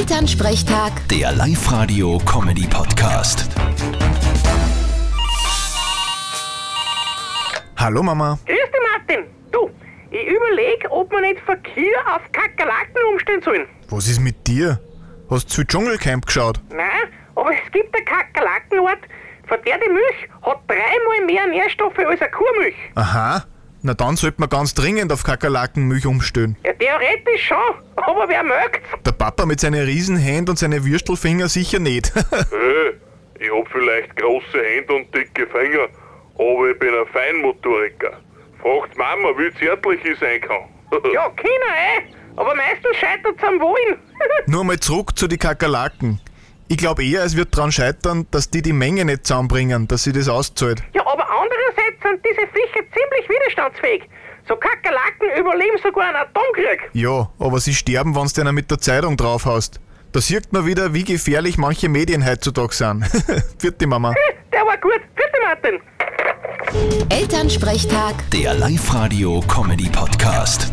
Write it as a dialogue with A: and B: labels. A: Elternsprechtag,
B: Der Live-Radio-Comedy-Podcast.
C: Hallo Mama.
D: Grüß dich, Martin. Du, ich überlege, ob wir nicht Verkehr auf Kakerlaken umstellen sollen.
C: Was ist mit dir? Hast du zu Dschungelcamp geschaut?
D: Nein, aber es gibt eine Kakerlakenart, von der die Milch hat dreimal mehr Nährstoffe als eine Kuhmilch.
C: Aha. Na dann sollte man ganz dringend auf Kakerlakenmilch umstellen.
D: Ja, theoretisch schon, aber wer mögt's?
C: Der Papa mit seinen Riesenhänden und seinen Würstelfinger sicher nicht.
E: Äh, ich hab vielleicht große Hände und dicke Finger, aber ich bin ein Feinmotoriker. Fragt Mama, wie zärtlich ich sein kann.
D: Ja, Kinder, eh, aber meistens scheitert's am Wollen.
C: Nur mal zurück zu den Kakerlaken. Ich glaube eher, es wird dran scheitern, dass die die Menge nicht zusammenbringen, dass sie das auszahlt.
D: ja, aber andererseits sind diese Viecher ziemlich widerstandsfähig. So Kakerlaken überleben sogar einen Atomkrieg.
C: Ja, aber sie sterben, wenn's denen mit der Zeitung draufhaust. Da sieht man wieder, wie gefährlich manche Medien heutzutage sind. Vierte Mama.
D: Der war gut. Grüß dich, Martin.
A: Elternsprechtag.
B: Der Live-Radio-Comedy-Podcast.